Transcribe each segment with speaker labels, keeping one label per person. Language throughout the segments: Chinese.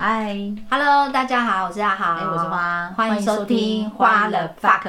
Speaker 1: 嗨，
Speaker 2: Hello，大家好，我是阿豪，
Speaker 1: 哎，我是花，
Speaker 2: 欢迎收听花了 fuck。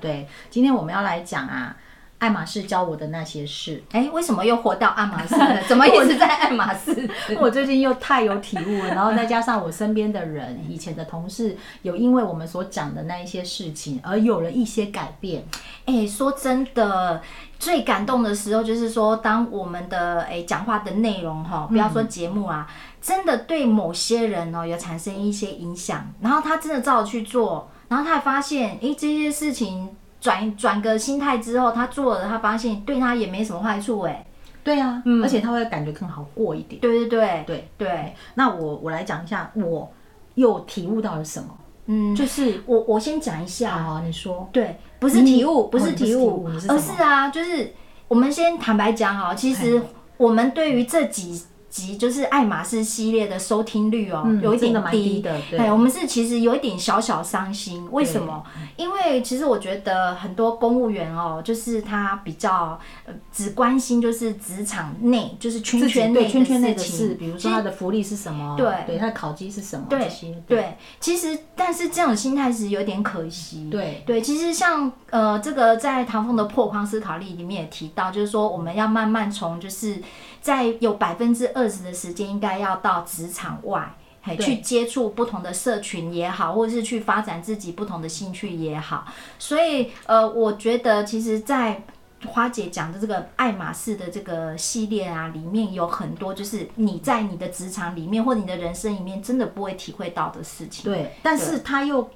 Speaker 1: 对，今天我们要来讲啊，爱马仕教我的那些 事。
Speaker 2: 哎，为什么又活到爱马仕 了？怎么一直在爱马仕？
Speaker 1: 我最近又太有体悟了，然后再加上我身边的人，以前的同事有因为我们所讲的那一些事情而有了一些改变。
Speaker 2: 哎，说真的，最感动的时候就是说，当我们的哎讲话的内容
Speaker 1: 嗯
Speaker 2: 哈、不要说节目啊，真的对某些人哦有产生一些影响，然后他真的照去做，然后他还发现，哎，这些事情转转个心态之后，他做了，他发现对他也没什么坏处，哎，
Speaker 1: 对啊，而且他会感觉更好过一点。
Speaker 2: 对对对
Speaker 1: 对
Speaker 2: 对，
Speaker 1: 那我我来讲一下，我又体悟到了什么，
Speaker 2: 嗯，
Speaker 1: 就是
Speaker 2: 我我先讲一下
Speaker 1: 啊，你说，
Speaker 2: 对，不是体悟，
Speaker 1: 嗯
Speaker 2: 不
Speaker 1: 哦
Speaker 2: 是
Speaker 1: 你不是
Speaker 2: 体悟
Speaker 1: 体悟你是，
Speaker 2: 而
Speaker 1: 什么
Speaker 2: 是啊，就是我们先坦白讲哦，其实我们对于这几集就是爱马仕系列的收听率哦，
Speaker 1: 嗯
Speaker 2: 有一
Speaker 1: 真的
Speaker 2: 点
Speaker 1: 蛮
Speaker 2: 低
Speaker 1: 低的对嗯
Speaker 2: 对，我们是其实有一点小小伤心，为什么？因为其实我觉得很多公务员哦，就是他比较、呃只关心就是职场内，就是圈
Speaker 1: 自己
Speaker 2: 圈内
Speaker 1: 对圈圈内的
Speaker 2: 事
Speaker 1: 事，
Speaker 2: 情
Speaker 1: 比如
Speaker 2: 其
Speaker 1: 说
Speaker 2: 实
Speaker 1: 他的福利是什么，
Speaker 2: 对
Speaker 1: 对，他的考绩是什么，这
Speaker 2: 对
Speaker 1: 些，
Speaker 2: 对，其实但是这种心态是有点可惜，
Speaker 1: 对
Speaker 2: 对，其实像呃，这个在唐凤的破框思考力里面也提到，就是说我们要慢慢从就是在有百分之二十的时间，应该要到职场外。嘿，
Speaker 1: 对
Speaker 2: 去接触不同的社群也好，或者是去发展自己不同的兴趣也好，所以呃，我觉得其实，在花姐讲的这个爱马仕的这个系列啊，里面有很多就是你在你的职场里面或你的人生里面真的不会体会到的事情。
Speaker 1: 对，但是它又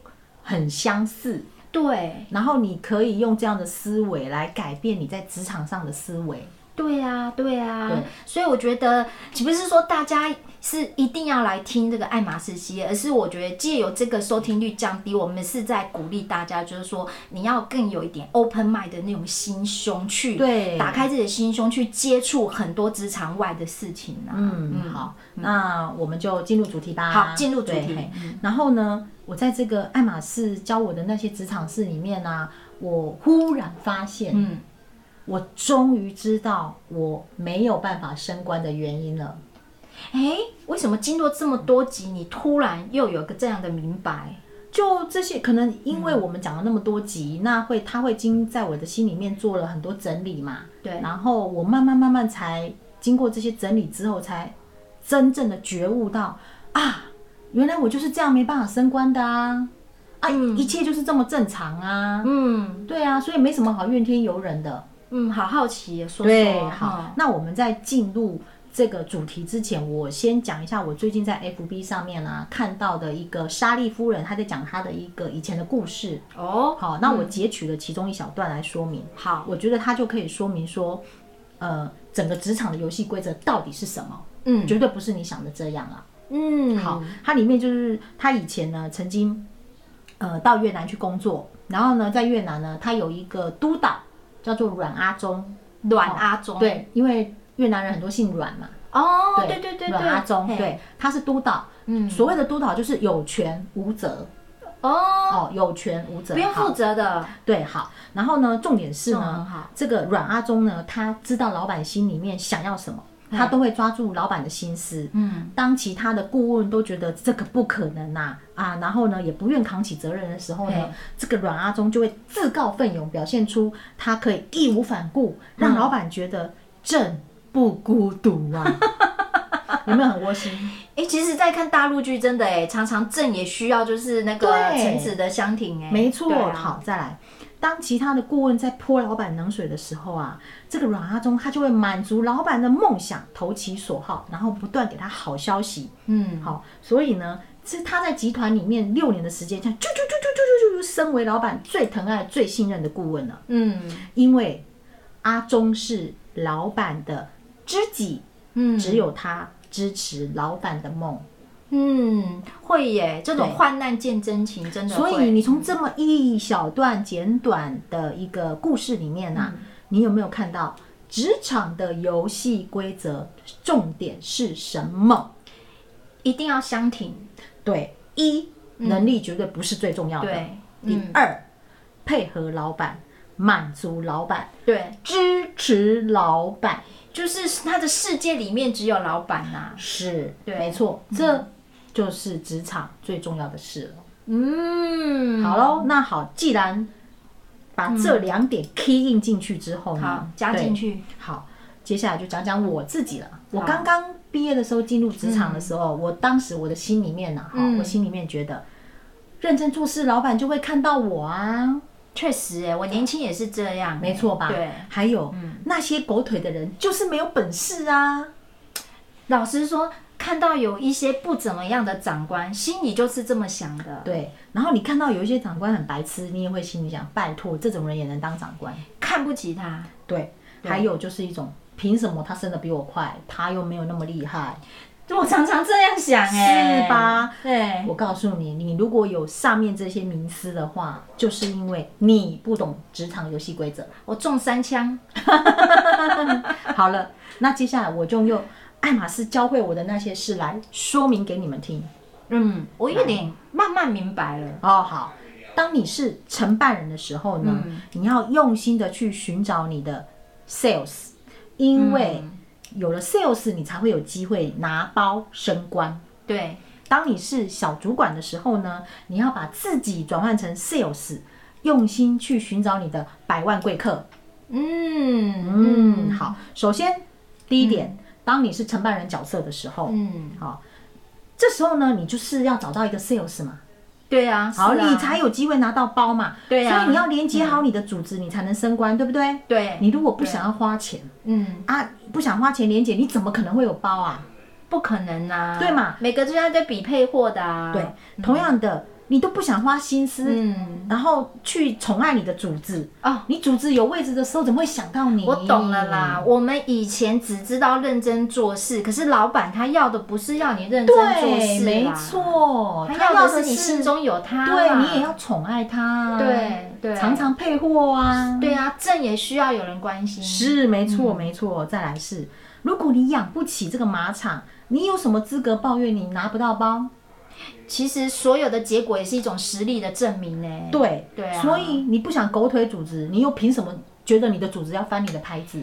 Speaker 1: 很相似，
Speaker 2: 对，
Speaker 1: 然后你可以用这样的思维来改变你在职场上的思维。
Speaker 2: 对呀、对呀、
Speaker 1: 对
Speaker 2: 所以我觉得，岂不是说大家是一定要来听这个爱马仕系列，而是我觉得借由这个收听率降低，我们是在鼓励大家，就是说你要更有一点 open mind 的那种心胸去，
Speaker 1: 对
Speaker 2: 打开自己的心胸去接触很多职场外的事情啊。
Speaker 1: 嗯，好，那我们就进入主题吧。
Speaker 2: 好进入主
Speaker 1: 对
Speaker 2: 题嗯
Speaker 1: 嘿然后呢，我在这个爱马仕教我的那些职场事里面呢、啊我忽然发现，
Speaker 2: 嗯，
Speaker 1: 我终于知道我没有办法升官的原因了。
Speaker 2: 哎，为什么经过这么多集，你突然又有个这样的明白？
Speaker 1: 就这些，可能因为我们讲了那么多集，那会他会经在我的心里面做了很多整理嘛，
Speaker 2: 对
Speaker 1: 然后我慢慢慢慢才经过这些整理之后，才真正的觉悟到啊，原来我就是这样没办法升官的啊，啊，
Speaker 2: 嗯
Speaker 1: 一切就是这么正常啊，
Speaker 2: 嗯
Speaker 1: 对啊，所以没什么好怨天尤人的。
Speaker 2: 嗯，好好奇耶，说说
Speaker 1: 对，
Speaker 2: 哈
Speaker 1: 好，那我们在进入这个主题之前，我先讲一下我最近在 FB 上面啊看到的一个莎莉夫人，她在讲她的一个以前的故事。
Speaker 2: 哦，
Speaker 1: 好，那我截取了其中一小段来说明，
Speaker 2: 好，
Speaker 1: 我觉得它就可以说明说，呃，整个职场的游戏规则到底是什么，
Speaker 2: 嗯
Speaker 1: 绝对不是你想的这样啊。
Speaker 2: 嗯，
Speaker 1: 好，它里面就是他以前呢曾经，呃，到越南去工作，然后呢在越南呢，他有一个督导叫做阮阿忠，
Speaker 2: 阮阿忠，
Speaker 1: 对，因为越南人很多姓阮嘛，
Speaker 2: 哦，对对对对，
Speaker 1: 阮阿忠，
Speaker 2: 嘿，
Speaker 1: 对，他是督导。
Speaker 2: 嗯，
Speaker 1: 所谓的督导就是有权无责
Speaker 2: 哦，
Speaker 1: 哦，有权无责，
Speaker 2: 不用
Speaker 1: 好
Speaker 2: 负嗯责的，
Speaker 1: 对，好。然后呢，重点是
Speaker 2: 这种很
Speaker 1: 呢，啊
Speaker 2: 好
Speaker 1: 这个阮阿忠呢，他知道老板心里面想要什么，他都会抓住老板的心思。
Speaker 2: 嗯，
Speaker 1: 当其他的顾问都觉得这个不可能呐、啊，然后呢也不愿扛起责任的时候呢
Speaker 2: 嘿，
Speaker 1: 这个阮阿忠就会自告奋勇，表现出他可以义无反顾，
Speaker 2: 嗯
Speaker 1: 让老板觉得朕不孤独 啊。有没有很窝心？
Speaker 2: 哎，其实，在看大陆剧，真的哎，常常正也需要就是那个
Speaker 1: 对
Speaker 2: 臣子的相挺哎，
Speaker 1: 没错，
Speaker 2: 对啊，
Speaker 1: 好，再来。当其他的顾问在泼老板冷水的时候啊，这个阮阿忠他就会满足老板的梦想，投其所好，然后不断给他好消息。
Speaker 2: 嗯，
Speaker 1: 好，所以呢，是他在集团里面六年的时间，这样啾啾啾啾啾啾啾，升为老板最疼爱、最信任的顾问了。
Speaker 2: 嗯
Speaker 1: 因为阿忠是老板的知己，
Speaker 2: 嗯，
Speaker 1: 只有他支持老板的梦。
Speaker 2: 嗯会耶，这种
Speaker 1: 对
Speaker 2: 患难见真情，真的
Speaker 1: 所
Speaker 2: 会，
Speaker 1: 以你从这么一小段简短的一个故事里面呢、啊你有没有看到职场的游戏规则重点是什么？
Speaker 2: 一定要相挺，
Speaker 1: 对，一能力绝对不是最重要的，
Speaker 2: 对，
Speaker 1: 第
Speaker 2: 嗯
Speaker 1: 二配合老板，满足老板，
Speaker 2: 对，
Speaker 1: 支持老板，
Speaker 2: 就是他的世界里面只有老板呐，
Speaker 1: 是
Speaker 2: 对
Speaker 1: 没错，这就是职场最重要的事了。
Speaker 2: 嗯，
Speaker 1: 好喽，那好，既然把这两点 key in 进去之后
Speaker 2: 好
Speaker 1: 呢，
Speaker 2: 加
Speaker 1: 对
Speaker 2: 进去，
Speaker 1: 好，接下来就讲讲我自己了。我刚刚毕业的时候进入职场的时候，我当时我的心里面呢、哈、
Speaker 2: 嗯
Speaker 1: 我心里面觉得，认真做事，老板就会看到我啊，
Speaker 2: 确实哎、我年轻也是这样、
Speaker 1: 没错吧？
Speaker 2: 对，
Speaker 1: 还有、那些狗腿的人就是没有本事啊，
Speaker 2: 老实说，看到有一些不怎么样的长官，心里就是这么想的。
Speaker 1: 对。然后你看到有一些长官很白痴，你也会心里想，拜托，这种人也能当长官？
Speaker 2: 看不起他。
Speaker 1: 对。还有就是一种，凭什么他升的比我快，他又没有那么厉害？
Speaker 2: 我常常这样想、哎，
Speaker 1: 是吧？
Speaker 2: 对，
Speaker 1: 我告诉你，你如果有上面这些迷思的话，就是因为你不懂职场游戏规则。
Speaker 2: 我中三枪，
Speaker 1: 好了，那接下来我就用爱马仕教会我的那些事来说明给你们听。
Speaker 2: 嗯，我有点慢慢明白了。
Speaker 1: 哦，好。当你是承办人的时候呢，你要用心的去寻找你的 sales，因为有了 sales，你才会有机会拿包升官。
Speaker 2: 对，
Speaker 1: 当你是小主管的时候呢，你要把自己转换成 sales，用心去寻找你的百万贵客。
Speaker 2: 嗯
Speaker 1: 嗯，，好，首先第一点，当你是承办人角色的时候，
Speaker 2: 嗯，
Speaker 1: 好，这时候呢，你就是要找到一个 sales 嘛，
Speaker 2: 对啊，
Speaker 1: 好，
Speaker 2: 是啊
Speaker 1: 你才有机会拿到包嘛。
Speaker 2: 对啊
Speaker 1: 所以你要连接好你的组织，你才能升官，对不对？
Speaker 2: 对，
Speaker 1: 你如果不想要花钱
Speaker 2: 嗯，
Speaker 1: 啊，不想花钱连接，你怎么可能会有包啊？
Speaker 2: 不可能啊，
Speaker 1: 对嘛，
Speaker 2: 每个就要在比配货的啊，
Speaker 1: 对，，同样的，你都不想花心思，
Speaker 2: 嗯，
Speaker 1: 然后去宠爱你的组织。
Speaker 2: 哦，
Speaker 1: 你组织有位置的时候，怎么会想到你？
Speaker 2: 我懂了啦，，
Speaker 1: 嗯
Speaker 2: 我们以前只知道认真做事，可是老板他要的不是要你认真做
Speaker 1: 对，
Speaker 2: 事，
Speaker 1: 没，错，
Speaker 2: 他要的是你心，中有他啦，
Speaker 1: 啊对你也要宠爱他，啊
Speaker 2: 对对
Speaker 1: 常常配货啊，
Speaker 2: 对啊，正也需要有人关心，
Speaker 1: 是没错
Speaker 2: 嗯
Speaker 1: 没错。再来是，如果你养不起这个马场，你有什么资格抱怨你拿不到包？
Speaker 2: 其实所有的结果也是一种实力的证明呢、
Speaker 1: 对
Speaker 2: 对啊
Speaker 1: 所以你不想狗腿组织，你又凭什么觉得你的组织要翻你的牌子？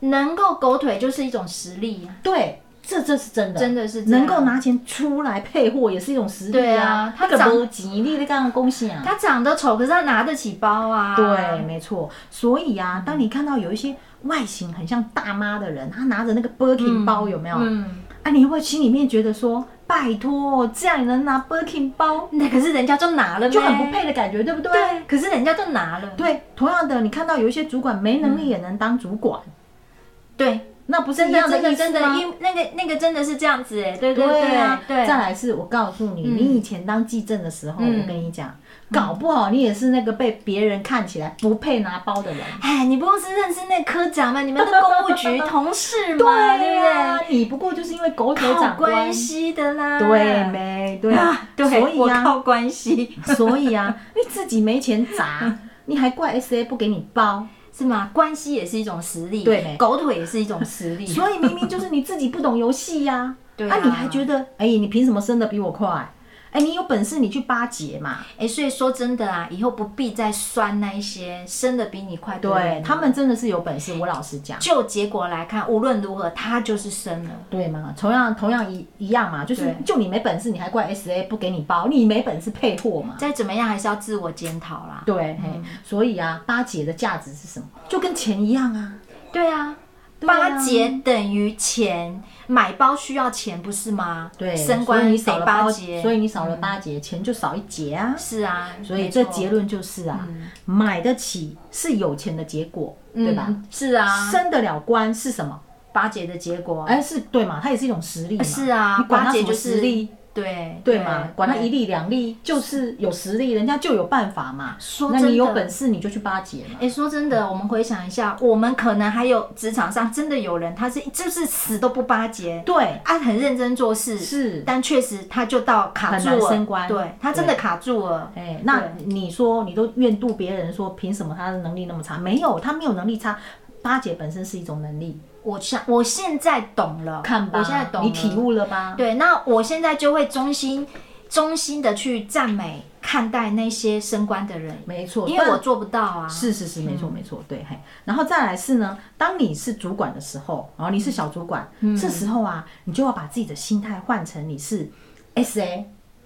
Speaker 2: 能够狗腿就是一种实力啊。
Speaker 1: 对，这这是真的，
Speaker 2: 真的是这
Speaker 1: 能
Speaker 2: 样
Speaker 1: 够拿钱出来配货，也是一种实力
Speaker 2: 对啊他
Speaker 1: 他个
Speaker 2: 长
Speaker 1: 波及你在干恭喜啊！
Speaker 2: 他长得丑，可是他拿得起包啊。
Speaker 1: 对，，没错。所以啊，当你看到有一些外形很像大妈的人，他拿着那个 Birkin 包，有没有？
Speaker 2: 嗯，
Speaker 1: 啊，你会不会心里面觉得说，拜托，这样也能拿 Birkin 包，
Speaker 2: 那可是人家就拿了，
Speaker 1: 就很不。配的感觉，对不对？
Speaker 2: 对，可是人家就拿了。
Speaker 1: 对同样的，你看到有一些主管没能力也能当主管，
Speaker 2: 对，
Speaker 1: 那不是
Speaker 2: 嗯真
Speaker 1: 一
Speaker 2: 的
Speaker 1: 样
Speaker 2: 真
Speaker 1: 的
Speaker 2: 的
Speaker 1: 意思
Speaker 2: 真的
Speaker 1: 吗？，
Speaker 2: 因那个那个真的是这样子哎，对对
Speaker 1: 对啊，
Speaker 2: 对，
Speaker 1: 再来是我告诉你，
Speaker 2: 嗯
Speaker 1: 你以前当记证的时候，
Speaker 2: 嗯
Speaker 1: 我跟你讲，搞不好你也是那个被别人看起来不配拿包的人。
Speaker 2: 哎，你不过是认识那科长吗？你们的公务局 同事嘛，对
Speaker 1: 呀、
Speaker 2: 不
Speaker 1: 你不过就是因为狗腿
Speaker 2: 对？靠
Speaker 1: 啊长官
Speaker 2: 关。系的啦。
Speaker 1: 对没对
Speaker 2: 啊，对，
Speaker 1: 所以
Speaker 2: 我
Speaker 1: 啊，
Speaker 2: 靠关系
Speaker 1: 所以啊，你自己没钱砸，你还怪 S A 不给你包，
Speaker 2: 是吗？关系也是一种实力，
Speaker 1: 对没
Speaker 2: 狗腿也是一种实力。
Speaker 1: 所以明明就是你自己不懂游戏呀、
Speaker 2: 哎对
Speaker 1: 啊
Speaker 2: 啊
Speaker 1: 你还觉得，哎、你凭什么升的比我快？哎、你有本事你去巴结嘛，
Speaker 2: 哎、所以说真的啊，以后不必再酸那一些生的比你快的人
Speaker 1: 对他们真的是有本事，我老实讲。
Speaker 2: 就结果来看，无论如何他就是生了。
Speaker 1: 对嘛，同样同样一一样嘛，就是
Speaker 2: 对
Speaker 1: 就你没本事，你还怪 S A 不给你包，你没本事配货嘛。
Speaker 2: 再怎么样还是要自我检讨啦。
Speaker 1: 对，嘿，
Speaker 2: 嗯
Speaker 1: 所以啊，巴结的价值是什么？就跟钱一样啊。
Speaker 2: 对啊，
Speaker 1: 对啊
Speaker 2: 巴结等于钱，买包需要钱不是吗？
Speaker 1: 对，
Speaker 2: 升
Speaker 1: 所以
Speaker 2: 官
Speaker 1: 你少
Speaker 2: 得
Speaker 1: 了
Speaker 2: 巴
Speaker 1: 包
Speaker 2: 结，嗯
Speaker 1: 所以你少了巴结，钱就少一截啊。
Speaker 2: 是啊，
Speaker 1: 所以
Speaker 2: 没
Speaker 1: 这
Speaker 2: 错嗯
Speaker 1: 结论就是啊，买得起是有钱的结果，对吧？？
Speaker 2: 嗯是啊，
Speaker 1: 升得了官是什么？
Speaker 2: 巴结的结果。
Speaker 1: 哎，是对嘛？它也是一种实力嘛。
Speaker 2: 是啊
Speaker 1: 你管
Speaker 2: 巴
Speaker 1: 它
Speaker 2: 结
Speaker 1: 什么
Speaker 2: 就是
Speaker 1: 实力，
Speaker 2: 对
Speaker 1: 对嘛？管他一
Speaker 2: 定。
Speaker 1: 粒两粒，就是有实力，人家就有办法嘛。
Speaker 2: 说
Speaker 1: 那
Speaker 2: 真
Speaker 1: 你
Speaker 2: 的
Speaker 1: 有本事你就去巴结嘛。
Speaker 2: 哎、说真的，我们回想一下，我们可能还有职场上真的有人，他是就是死都不巴结，
Speaker 1: 对，
Speaker 2: 啊，很认真做事，
Speaker 1: 是。
Speaker 2: 但确实他就到卡住
Speaker 1: 很
Speaker 2: 了，
Speaker 1: 难升官
Speaker 2: 对他真的卡住了，
Speaker 1: 哎，那你说你都怨妒别人说凭什么他的能力那么差？没有，他没有能力差。巴结本身是一种能力，
Speaker 2: 我现我现在懂了，
Speaker 1: 看吧，
Speaker 2: 我现在懂了，
Speaker 1: 你体悟了吧？
Speaker 2: 对，那我现在就会衷心衷心的去赞美看待那些升官的人，
Speaker 1: 没错，
Speaker 2: 因为
Speaker 1: 但
Speaker 2: 我做不到啊，
Speaker 1: 是是是，没错没错，对，嘿。然后再来是呢，当你是主管的哦
Speaker 2: 嗯
Speaker 1: 时候，然后你是小主管，这时候啊，你就要把自己的心态换成你是 S A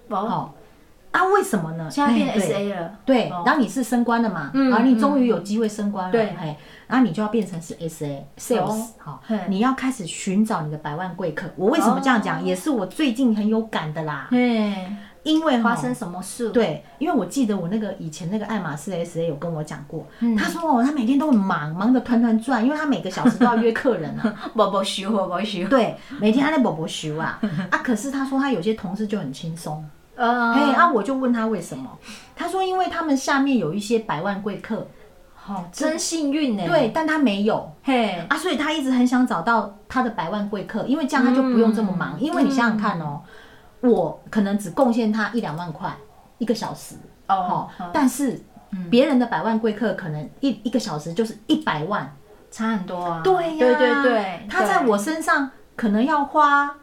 Speaker 2: 哦，
Speaker 1: 哦，啊，为什么呢？
Speaker 2: 现在变
Speaker 1: 哎
Speaker 2: 成 S A 了，
Speaker 1: 对，
Speaker 2: 哦
Speaker 1: 然后你是升官了嘛，
Speaker 2: 嗯
Speaker 1: 然后你终于有机会升官了，
Speaker 2: 对哦
Speaker 1: 嘿，然后你就要变成是 S A sales 好
Speaker 2: 嘿，
Speaker 1: 你要开始寻找你的百万贵客。我为什么这样讲，
Speaker 2: 哦
Speaker 1: 也是我最近很有感的啦，
Speaker 2: 嘿，
Speaker 1: 因为
Speaker 2: 发
Speaker 1: 哈
Speaker 2: 生什么事？，
Speaker 1: 哎对，因为我记得我那个以前那个爱马仕 S A 有跟我讲过，
Speaker 2: 嗯
Speaker 1: 他说哦，他每天都很忙，忙得团团转，因为他每个小时都要约客人 啊，
Speaker 2: 不不修，不不修，
Speaker 1: 对，每天他在宝宝修 啊，啊，可是他说他有些同事就很轻松，
Speaker 2: 呃，
Speaker 1: 嘿，啊，我就问他为什么，他说因为他们下面有一些百万贵客，
Speaker 2: 好，真幸运呢，，
Speaker 1: 对，但他没有
Speaker 2: 嘿，
Speaker 1: 啊，所以他一直很想找到他的百万贵客，因为这样他就不用这么忙。
Speaker 2: 嗯
Speaker 1: 因为你想想看哦，我可能只贡献他一两万块一个小时，
Speaker 2: 哦
Speaker 1: 哦，，
Speaker 2: 好
Speaker 1: 但是
Speaker 2: 嗯
Speaker 1: 别人的百万贵客可能一一个小时就是一百万，
Speaker 2: 差很多啊，
Speaker 1: 对呀，
Speaker 2: 对对对，
Speaker 1: 他在
Speaker 2: 哎对
Speaker 1: 我身上可能要花。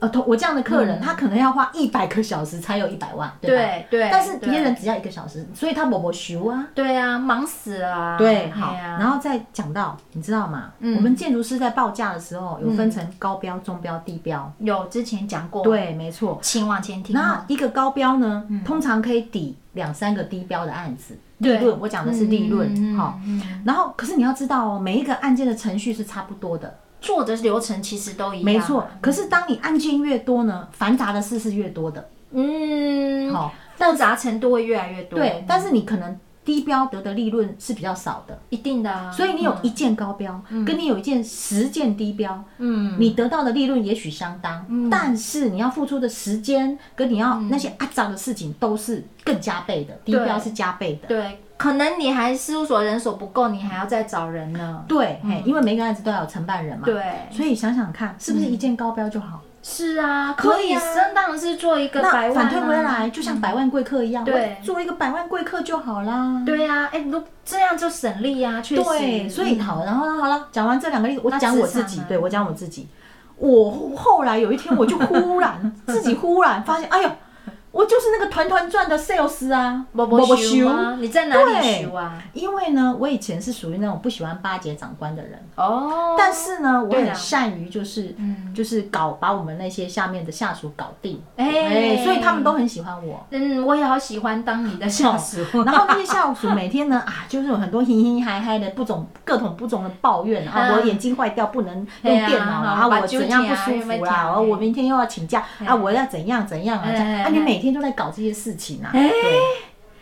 Speaker 1: 呃，同我这样的客人，
Speaker 2: 嗯
Speaker 1: 他可能要花一百个小时才有一百万，对吧？
Speaker 2: 对对，
Speaker 1: 但是
Speaker 2: 对
Speaker 1: 别人只要一个小时，所以他某某修啊，
Speaker 2: 对啊，忙死了啊，
Speaker 1: 对，好，
Speaker 2: 嘿啊
Speaker 1: 然后再讲到，你知道吗？
Speaker 2: 嗯
Speaker 1: 我们建筑师在报价的时候有分成高标、中标、低标。
Speaker 2: 有之前讲过，，
Speaker 1: 对，没错。
Speaker 2: 请往前听
Speaker 1: 那
Speaker 2: 哦，
Speaker 1: 一个高标呢，通常可以抵两三个低标的案子。利
Speaker 2: 嗯对
Speaker 1: 润，我讲的是利润，好。
Speaker 2: 嗯，嗯嗯
Speaker 1: 然后，可是你要知道哦，每一个案件的程序是差不多的，
Speaker 2: 做的流程其实都一样，啊
Speaker 1: 没错。可是当你案件越多呢，繁杂的事是越多的，
Speaker 2: 嗯，
Speaker 1: 好。
Speaker 2: 复杂程度会越来越多，
Speaker 1: 对，但是你可能低标得的利润是比较少的，
Speaker 2: 一定的啊，
Speaker 1: 所以你有一件高标，跟你有一件十件低标，
Speaker 2: 嗯，
Speaker 1: 你得到的利润也许相当，但是你要付出的时间跟你
Speaker 2: 嗯
Speaker 1: 要那些阿杂的事情都是更加倍的，低标是加倍的。
Speaker 2: 嗯对，可能你还事务所人手不够，你还要再找人呢，
Speaker 1: 对，嘿，因为每个案子都要有承办人嘛，
Speaker 2: 嗯对，嗯
Speaker 1: 所以想想看，是不是一件高标就好？
Speaker 2: 是啊，
Speaker 1: 可
Speaker 2: 可
Speaker 1: 以
Speaker 2: 以
Speaker 1: 啊
Speaker 2: 生当然是做一个百
Speaker 1: 那
Speaker 2: 万、啊，
Speaker 1: 反推回来，就像百万贵客一样，
Speaker 2: 对
Speaker 1: 我做一个百万贵客就好啦。
Speaker 2: 对啊，哎、如这样就省力啊，确实，
Speaker 1: 对，所以好，然后好了，讲完这两个例子，我
Speaker 2: 那
Speaker 1: 讲我
Speaker 2: 职
Speaker 1: 自
Speaker 2: 场
Speaker 1: 己
Speaker 2: 呢，
Speaker 1: 对我讲我自己，我后来有一天我就忽然 自己忽然发现，哎呦，我就是那个团团转的 sales 啊，
Speaker 2: 波
Speaker 1: 没
Speaker 2: 波
Speaker 1: 没
Speaker 2: 修
Speaker 1: 修
Speaker 2: 啊，你在哪里修啊？
Speaker 1: 因为呢，我以前是属于那种不喜欢巴结长官的人，
Speaker 2: 哦，
Speaker 1: 但是呢，我
Speaker 2: 对
Speaker 1: 很
Speaker 2: 啦
Speaker 1: 善于就是
Speaker 2: 嗯
Speaker 1: 就是搞把我们那些下面的下属搞定，
Speaker 2: 哎
Speaker 1: 哎，所以他们都很喜欢我。
Speaker 2: 嗯，我也好喜欢当你的下属，
Speaker 1: 然后那些下属每天呢啊，就是有很多嘻嘻嗨嗨的不种各种不种的抱怨啊，
Speaker 2: 嗯
Speaker 1: 我眼睛坏掉不能
Speaker 2: 对
Speaker 1: 用
Speaker 2: 啊
Speaker 1: 电脑啦，
Speaker 2: 好
Speaker 1: 啊
Speaker 2: 把
Speaker 1: 我
Speaker 2: 纠
Speaker 1: 怎样
Speaker 2: 结
Speaker 1: 不
Speaker 2: 啊
Speaker 1: 舒
Speaker 2: 又没
Speaker 1: 服
Speaker 2: 调
Speaker 1: 啦，啊我
Speaker 2: 哎
Speaker 1: 明天又要请假啊，我要怎样怎样啊，这样
Speaker 2: 哎
Speaker 1: 啊你
Speaker 2: 哎
Speaker 1: 每天都在搞这些事情啊，
Speaker 2: 哎
Speaker 1: 对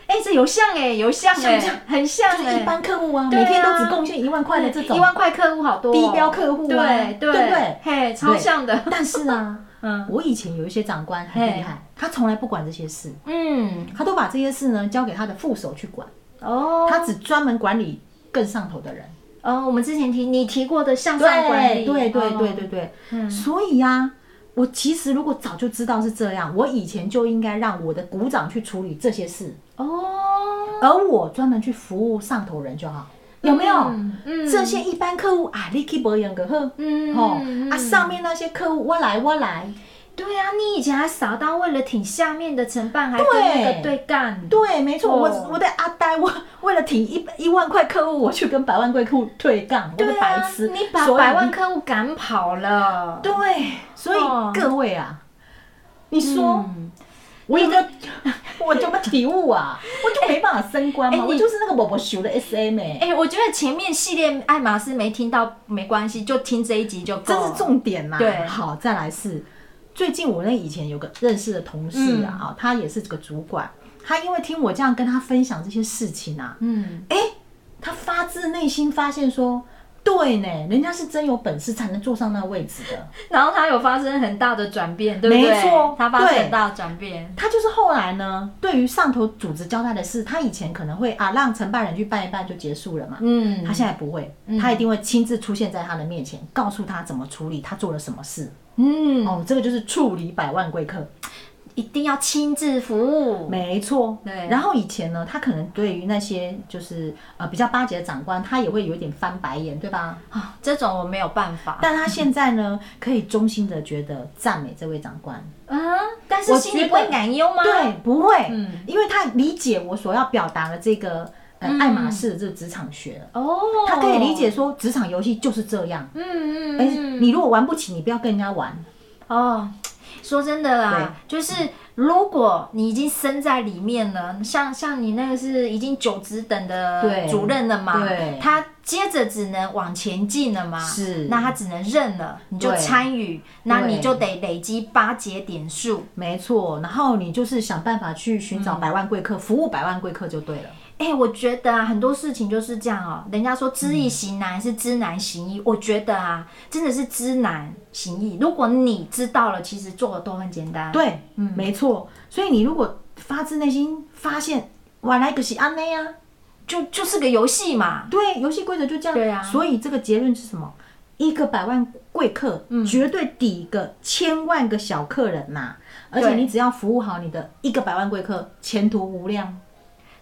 Speaker 2: 哎、这有像哎、有像哎、
Speaker 1: 像不像
Speaker 2: 很像
Speaker 1: 就
Speaker 2: 哎、
Speaker 1: 是一般客户啊，
Speaker 2: 对啊
Speaker 1: 每天都只贡献一万块的这种
Speaker 2: 一万块客户好多、哦，
Speaker 1: 低标客户啊，
Speaker 2: 对
Speaker 1: 对
Speaker 2: 对
Speaker 1: 不对？
Speaker 2: 嘿，超像的，
Speaker 1: 但是啊，
Speaker 2: 嗯
Speaker 1: 我以前有一些长官很厉害，他从来不管这些事，
Speaker 2: 嗯，
Speaker 1: 他都把这些事呢交给他的副手去管，
Speaker 2: 哦，
Speaker 1: 他只专门管理更上头的人。
Speaker 2: 哦，我们之前提你提过的向上管理，
Speaker 1: 对对
Speaker 2: 哦
Speaker 1: 对对对，
Speaker 2: 嗯
Speaker 1: 所以呀、我其实如果早就知道是这样，我以前就应该让我的股长去处理这些事，
Speaker 2: 哦，
Speaker 1: 而我专门去服务上头人就好，有没有？
Speaker 2: 嗯，嗯
Speaker 1: 这些一般客户啊，你去无用就好，
Speaker 2: 嗯
Speaker 1: 吼、
Speaker 2: 嗯
Speaker 1: 啊，上面那些客户我来我来，
Speaker 2: 对啊，你以前还傻到为了挺下面的承办，还跟
Speaker 1: 对
Speaker 2: 那个对干，
Speaker 1: 对，没错，我
Speaker 2: 哦
Speaker 1: 我的阿呆，我为了挺一一万块客户，我去跟百万贵客户对杠，我
Speaker 2: 对
Speaker 1: 的
Speaker 2: 啊，
Speaker 1: 白痴，
Speaker 2: 你把
Speaker 1: 所以
Speaker 2: 百万客户赶跑了，
Speaker 1: 对，所以
Speaker 2: 哦
Speaker 1: 各位啊，你说、
Speaker 2: 嗯
Speaker 1: 我有没有，我有没有体悟啊？我就没办法升官嘛，
Speaker 2: 哎你
Speaker 1: 我就是那个我我熟的 SM 哎、
Speaker 2: 哎、我觉得前面系列爱马仕没听到没关系，就听这一集就够
Speaker 1: 这
Speaker 2: 了。
Speaker 1: 是重点呐、
Speaker 2: 对
Speaker 1: 好，再来是最近我那以前有个认识的同事啊，哦他也是这个主管，他因为听我这样跟他分享这些事情啊，
Speaker 2: 嗯，
Speaker 1: 哎、他发自内心发现说，对呢，人家是真有本事才能坐上那位置的。
Speaker 2: 然后他有发生很大的转变，对不对？
Speaker 1: 没错
Speaker 2: 他发生
Speaker 1: 对
Speaker 2: 很大的转变。
Speaker 1: 他就是后来呢，对于上头组织交代的事，他以前可能会啊让承办人去办一办就结束了嘛，
Speaker 2: 嗯
Speaker 1: 他现在不会，他一定会亲自出现在他的面前，告诉他怎么处理，他做了什么事。
Speaker 2: 嗯，
Speaker 1: 哦，这个就是处理百万贵客，
Speaker 2: 一定要亲自服务。
Speaker 1: 没错。
Speaker 2: 对
Speaker 1: 然后以前呢，他可能对于那些就是呃比较巴结的长官，他也会有一点翻白眼，对吧？
Speaker 2: 啊，这种我没有办法。
Speaker 1: 但他现在呢，可以衷心的觉得赞美这位长官，
Speaker 2: 嗯，但是
Speaker 1: 啊我
Speaker 2: 心里
Speaker 1: 觉
Speaker 2: 不会
Speaker 1: 得
Speaker 2: 感忧吗？
Speaker 1: 对，不会，
Speaker 2: 嗯
Speaker 1: 因为他理解我所要表达的这个呃爱马仕的这个职场学了，
Speaker 2: 哦，
Speaker 1: 他可以理解。说职场游戏就是这样。
Speaker 2: 嗯嗯
Speaker 1: 哎、
Speaker 2: 嗯，
Speaker 1: 你如果玩不起，你不要跟人家玩。
Speaker 2: 哦，说真的啦，就是如果你已经身在里面了，像像你那个是已经九职等的
Speaker 1: 对
Speaker 2: 主任了嘛
Speaker 1: 对，
Speaker 2: 他接着只能往前进了嘛，
Speaker 1: 是
Speaker 2: 那他只能认了，你就
Speaker 1: 对
Speaker 2: 参与，那你
Speaker 1: 对
Speaker 2: 就得累积巴结点数。
Speaker 1: 没错，然后你就是想办法去寻
Speaker 2: 嗯
Speaker 1: 找百万贵客，服务百万贵客就对了。
Speaker 2: 哎、我觉得啊，很多事情就是这样哦。人家说知易行难是知难行
Speaker 1: 嗯
Speaker 2: 易，我觉得啊，真的是知难行易。如果你知道了，其实做的都很简单。
Speaker 1: 对，嗯，没错。所以你如果发自内心发现，哇，来个是安内啊，
Speaker 2: 就就是个游戏嘛。
Speaker 1: 对，游戏规则就这样。
Speaker 2: 对啊
Speaker 1: 所以这个结论是什么？一个百万贵客，
Speaker 2: 嗯
Speaker 1: 绝对抵一个千万个小客人呐、而且
Speaker 2: 对
Speaker 1: 你只要服务好你的一个百万贵客，前途无量。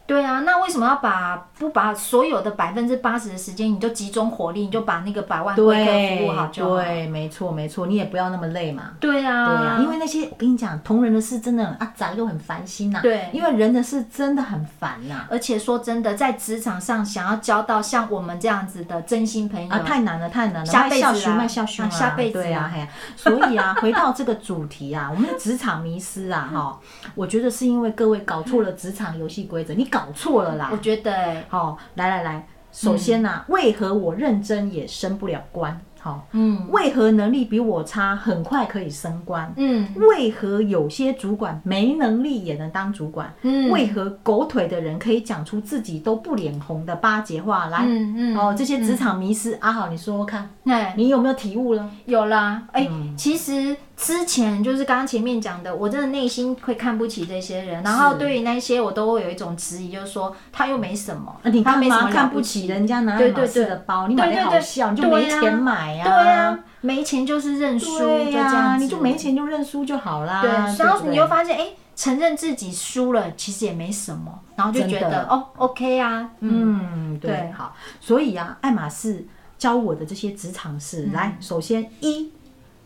Speaker 2: 对啊，那为什么要把不把所有的百分之八十的时间，你就集中火力，你就把那个百万贵客服务好就好。
Speaker 1: 对，没错没错，你也不要那么累嘛。
Speaker 2: 对啊，
Speaker 1: 对啊，因为那些我跟你讲，同人的事真的很阿杂又很烦心呐、
Speaker 2: 对
Speaker 1: 因为人的事真的很烦呐、啊
Speaker 2: 而且说真的，在职场上想要交到像我们这样子的真心朋友，
Speaker 1: 啊，太难了，太难了，
Speaker 2: 下哎辈子啊
Speaker 1: 卖笑熊，卖笑熊
Speaker 2: 啊下辈子啊
Speaker 1: 对啊，嘿啊，所以 啊，回到这个主题啊，我们的职场迷失
Speaker 2: 嗯
Speaker 1: 啊，哈，我觉得是因为各位搞错了职场游戏规则，你搞错了啦
Speaker 2: 我。觉得、欸，
Speaker 1: 好，来来来，首先呐、为何我认真也升不了官？好，
Speaker 2: 嗯
Speaker 1: 为何能力比我差，很快可以升官？
Speaker 2: 嗯
Speaker 1: 为何有些主管没能力也能当主管？
Speaker 2: 嗯，
Speaker 1: 为何狗腿的人可以讲出自己都不脸红的巴结话来？
Speaker 2: 嗯嗯
Speaker 1: 哦，这些职场迷失，阿、好，你说说看，
Speaker 2: 哎、
Speaker 1: 你有没有体悟了？
Speaker 2: 有啦，
Speaker 1: 嗯
Speaker 2: 哎、其实之前就是刚刚前面讲的，我真的内心会看不起这些人，然后对于那些我都会有一种质疑，就是说他又没什么，
Speaker 1: 啊、你
Speaker 2: 他
Speaker 1: 看
Speaker 2: 没什么
Speaker 1: 嘛，
Speaker 2: 了
Speaker 1: 看
Speaker 2: 不
Speaker 1: 不
Speaker 2: 起
Speaker 1: 起人家拿
Speaker 2: 对
Speaker 1: 爱
Speaker 2: 对
Speaker 1: 马
Speaker 2: 对
Speaker 1: 仕的包，你买
Speaker 2: 对
Speaker 1: 的
Speaker 2: 对
Speaker 1: 好
Speaker 2: 对
Speaker 1: 笑，你就
Speaker 2: 对
Speaker 1: 没
Speaker 2: 啊
Speaker 1: 钱买呀、
Speaker 2: 对啊，没钱就是认输，就
Speaker 1: 对
Speaker 2: 这
Speaker 1: 呀、
Speaker 2: 样子，
Speaker 1: 你就没。钱就认输就好啦。
Speaker 2: 对，然后
Speaker 1: 不啊对
Speaker 2: 你又发现，哎、承认自己输了，其实也没什么，然后就觉
Speaker 1: 真
Speaker 2: 得
Speaker 1: 的
Speaker 2: 哦，OK 啊，嗯，
Speaker 1: 嗯，对，
Speaker 2: 对
Speaker 1: 好，所以啊，爱马仕教我的这些职场事，来，首先一，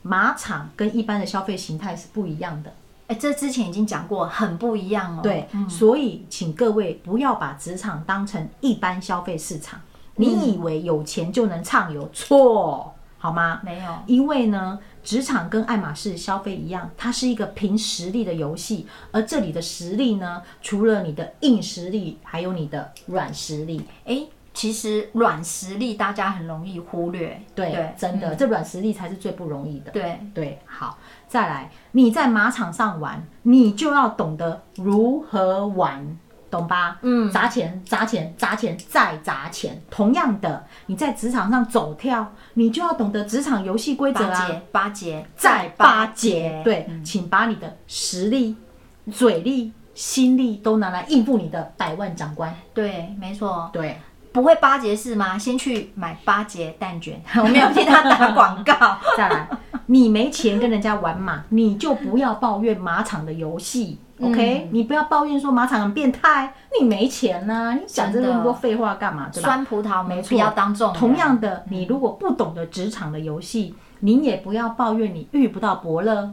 Speaker 1: 马场跟一般的消费形态是不一样的。
Speaker 2: 哎、这之前已经讲过，很不一样哦。
Speaker 1: 对，所以请各位不要把职场当成一般消费市场，
Speaker 2: 嗯
Speaker 1: 你以为有钱就能畅游，错，好吗？
Speaker 2: 没有，
Speaker 1: 因为呢，职场跟爱马仕消费一样，它是一个凭实力的游戏，而这里的实力呢，除了你的硬实力，还有你的软实力。
Speaker 2: 哎、其实软实力大家很容易忽略，
Speaker 1: 对，真
Speaker 2: 嗯
Speaker 1: 的，这软实力才是最不容易的。
Speaker 2: 对，
Speaker 1: 对，好，再来，你在马场上玩，你就要懂得如何玩，懂吧？
Speaker 2: 嗯
Speaker 1: 砸钱，砸钱，砸钱，再砸钱。同样的，你在职场上走跳，你就要懂得职场游戏规则
Speaker 2: 巴
Speaker 1: 啊，
Speaker 2: 结巴结
Speaker 1: 再巴结。，对，
Speaker 2: 嗯
Speaker 1: 请把你的实力、嘴力、心力都拿来应付你的百万长官。
Speaker 2: 对，没错，
Speaker 1: 对，
Speaker 2: 不会巴结是吗？先去买巴结蛋卷， 我没有替他打广告。
Speaker 1: 再来，你没钱跟人家玩马，你就不要抱怨马场的游戏。OK，、你
Speaker 2: 嗯
Speaker 1: 不要抱怨说马场很变态，你没钱呐、你讲这
Speaker 2: 真的
Speaker 1: 么多废话干 嘛？对吧？
Speaker 2: 酸葡萄没
Speaker 1: 错
Speaker 2: 必要当啊众人，
Speaker 1: 同样的，你如果不懂得职场的游戏，你也不要抱怨你遇不到伯乐。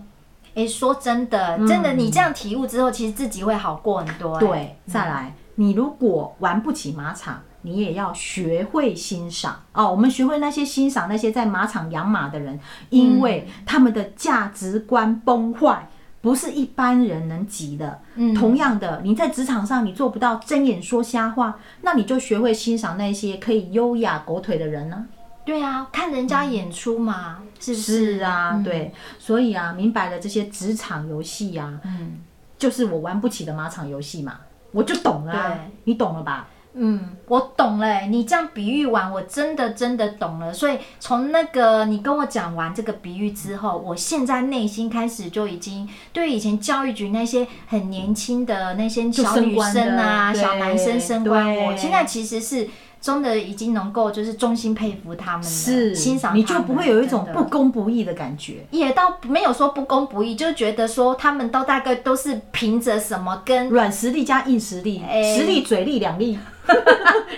Speaker 2: 哎、说真的，真的，你这样体悟之后，其实自己会好过很多、欸。
Speaker 1: 对，嗯再来，你如果玩不起马场。你也要学会欣赏哦，我们学会那些欣赏那些在马场养马的人，因为他们的价值观崩坏，不是一般人能及的。
Speaker 2: 嗯
Speaker 1: 同样的，你在职场上你做不到睁眼说瞎话，那你就学会欣赏那些可以优雅狗腿的人呢、
Speaker 2: 对啊，看人家演出嘛，是不是？嗯
Speaker 1: 是啊，对，所以啊，明白了这些职场游戏呀、啊，
Speaker 2: 嗯
Speaker 1: 就是我玩不起的马场游戏嘛，我就懂了啊、
Speaker 2: 对
Speaker 1: 你懂了吧？
Speaker 2: 嗯，我懂了、欸。你这样比喻完，我真的真的懂了。所以从那个你跟我讲完这个比喻之后，我现在内心开始就已经对以前教育局那些很年轻的那些小女生啊、
Speaker 1: 就
Speaker 2: 小
Speaker 1: 升官的
Speaker 2: 男生升官，
Speaker 1: 对
Speaker 2: 我现在其实是真的已经能够就是衷心佩服他们了，欣赏他
Speaker 1: 嗯
Speaker 2: 们
Speaker 1: 你就不会有一种
Speaker 2: 真的
Speaker 1: 不公不义的感觉。
Speaker 2: 也倒没有说不公不义，就觉得说他们都大概都是凭着什么跟
Speaker 1: 软实力加硬实力，
Speaker 2: 哎
Speaker 1: 实力嘴力两力，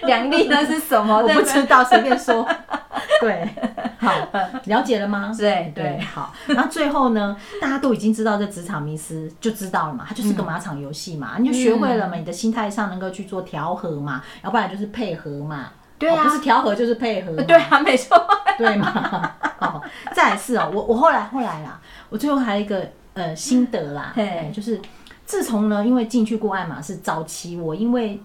Speaker 2: 两力呢是什 么？
Speaker 1: 我
Speaker 2: 哦对
Speaker 1: 不
Speaker 2: 不对？
Speaker 1: 知道，随便 说。对，好，了解了吗？
Speaker 2: 对
Speaker 1: 对，
Speaker 2: 对
Speaker 1: 好。那最后呢，大家都已经知道这职场迷失，就知道了嘛，它
Speaker 2: 嗯
Speaker 1: 就是个马场游戏嘛，你就学会了嘛，你的心态上能够去做调和嘛，要不然就是配合嘛。
Speaker 2: 对啊
Speaker 1: 哦不是调和就是配合嘛，
Speaker 2: 对啊，没错。
Speaker 1: 对嘛。哦，再来是哦，我我后来后来啦，我最后还有一个呃心得啦，
Speaker 2: 嘿
Speaker 1: 哎就是自从呢，因为进去过爱马仕，早期我因为。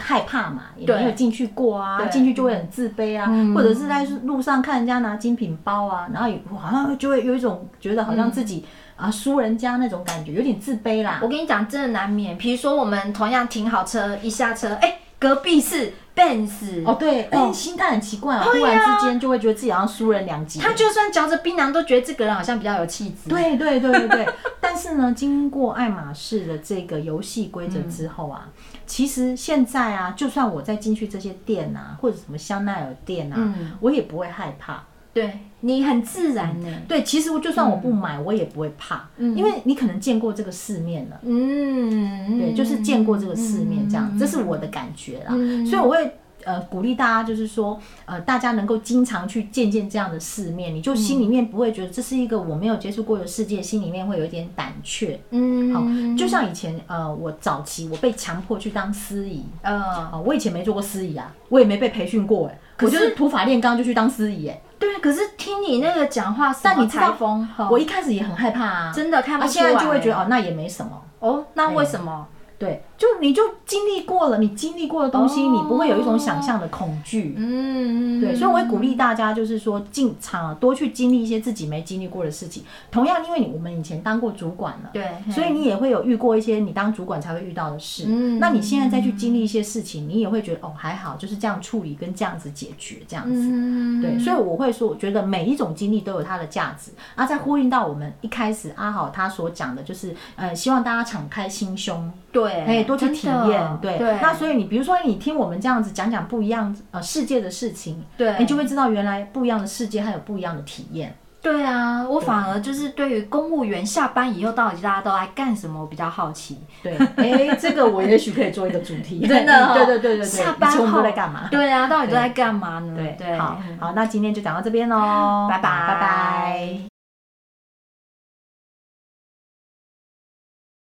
Speaker 1: 害怕嘛，也没有
Speaker 2: 对
Speaker 1: 进去过啊，
Speaker 2: 对
Speaker 1: 进去就会很自卑啊，
Speaker 2: 嗯
Speaker 1: 或者是在路上看人家拿精品包啊，然后也好像就会有一种觉得好
Speaker 2: 嗯
Speaker 1: 像自己、啊输人家那种感觉，有点自卑啦。
Speaker 2: 我跟你讲，真的难免。比如说，我们同样停好车，一下车，哎、隔壁是 Benz，、
Speaker 1: 哦，对，哎、
Speaker 2: 哦
Speaker 1: 心态很奇怪哦，
Speaker 2: 对
Speaker 1: 突然
Speaker 2: 呀
Speaker 1: 之间就会觉得自己好像输人两级。
Speaker 2: 他就算嚼着槟榔，都觉得这个人好像比较有气质。，
Speaker 1: 对对对对对。但是呢，经过爱马仕的这个游戏规则之后啊，其实现在啊，就算我再进去这些店啊，或者什么香奈儿店啊，
Speaker 2: 嗯
Speaker 1: 我也不会害怕。
Speaker 2: 对你很自然呢、
Speaker 1: 对，其实就算我不买，我也不会怕，
Speaker 2: 嗯
Speaker 1: 因为你可能见过这个世面了。
Speaker 2: 嗯，
Speaker 1: 对，就是见过这个世面，这样，
Speaker 2: 嗯
Speaker 1: 这是我的感觉啦。
Speaker 2: 嗯
Speaker 1: 所以我会呃鼓励大家，就是说呃大家能够经常去见见这样的世面，你就心里
Speaker 2: 嗯
Speaker 1: 面不会觉得这是一个我没有接触过的世界，心里面会有一点胆怯。
Speaker 2: 嗯，
Speaker 1: 好、就像以前呃我早期我被强迫去当司仪。
Speaker 2: 呃，
Speaker 1: 啊，我以前没做过司仪啊，我也没被培训过哎、
Speaker 2: 可
Speaker 1: 我就是是土法炼钢就去当司仪哎、
Speaker 2: 对，可是听你那个讲话，
Speaker 1: 但
Speaker 2: 什么
Speaker 1: 你知道
Speaker 2: 台风，哈
Speaker 1: 我一开始也很害怕啊，
Speaker 2: 哦真的看不
Speaker 1: 啊，
Speaker 2: 出
Speaker 1: 现
Speaker 2: 来、
Speaker 1: 在就会觉得哦那也没什么，
Speaker 2: 哦，那为什么？
Speaker 1: 对，就你就经历过了，你经历过的东西，
Speaker 2: 哦
Speaker 1: 你不会有一种想象的恐惧。
Speaker 2: 嗯，
Speaker 1: 对，所以我会鼓励大家，就是说进场多去经历一些自己没经历过的事情。同样，因为你我们以前当过主管啊了，
Speaker 2: 对，嘿
Speaker 1: 所以你也会有遇过一些你当主管才会遇到的事。
Speaker 2: 嗯
Speaker 1: 那你现在再去经历一些事情，你也会觉得哦还好，就是这样处理跟这样子解决这样子。
Speaker 2: 嗯，
Speaker 1: 对，所以我会说，我觉得每一种经历都有它的价值，啊，再呼应到我们一开始阿好他所讲的，就是呃，希望大家敞开心胸，
Speaker 2: 对，
Speaker 1: 哎、多去体
Speaker 2: 真的
Speaker 1: 验，对。
Speaker 2: 对，
Speaker 1: 那所
Speaker 2: 以
Speaker 1: 以你比如说你听我们这样子讲讲不一样呃世界的事情，
Speaker 2: 对，
Speaker 1: 你就会知道原来不一样的世界还有不一样的体验。
Speaker 2: 对啊，我反而就是对于公务员下班以后到底大家都来干什么，我比较好奇。
Speaker 1: 对，哎，这个我也许可以做一个主题， 嗯
Speaker 2: 真的哦
Speaker 1: 对对对对对，
Speaker 2: 下班
Speaker 1: 以前我们
Speaker 2: 后
Speaker 1: 都在干嘛？
Speaker 2: 对啊，到底都在干嘛呢？
Speaker 1: 对
Speaker 2: 对，
Speaker 1: 好好，那今天就讲到这边喽，
Speaker 2: 拜拜
Speaker 1: 拜拜。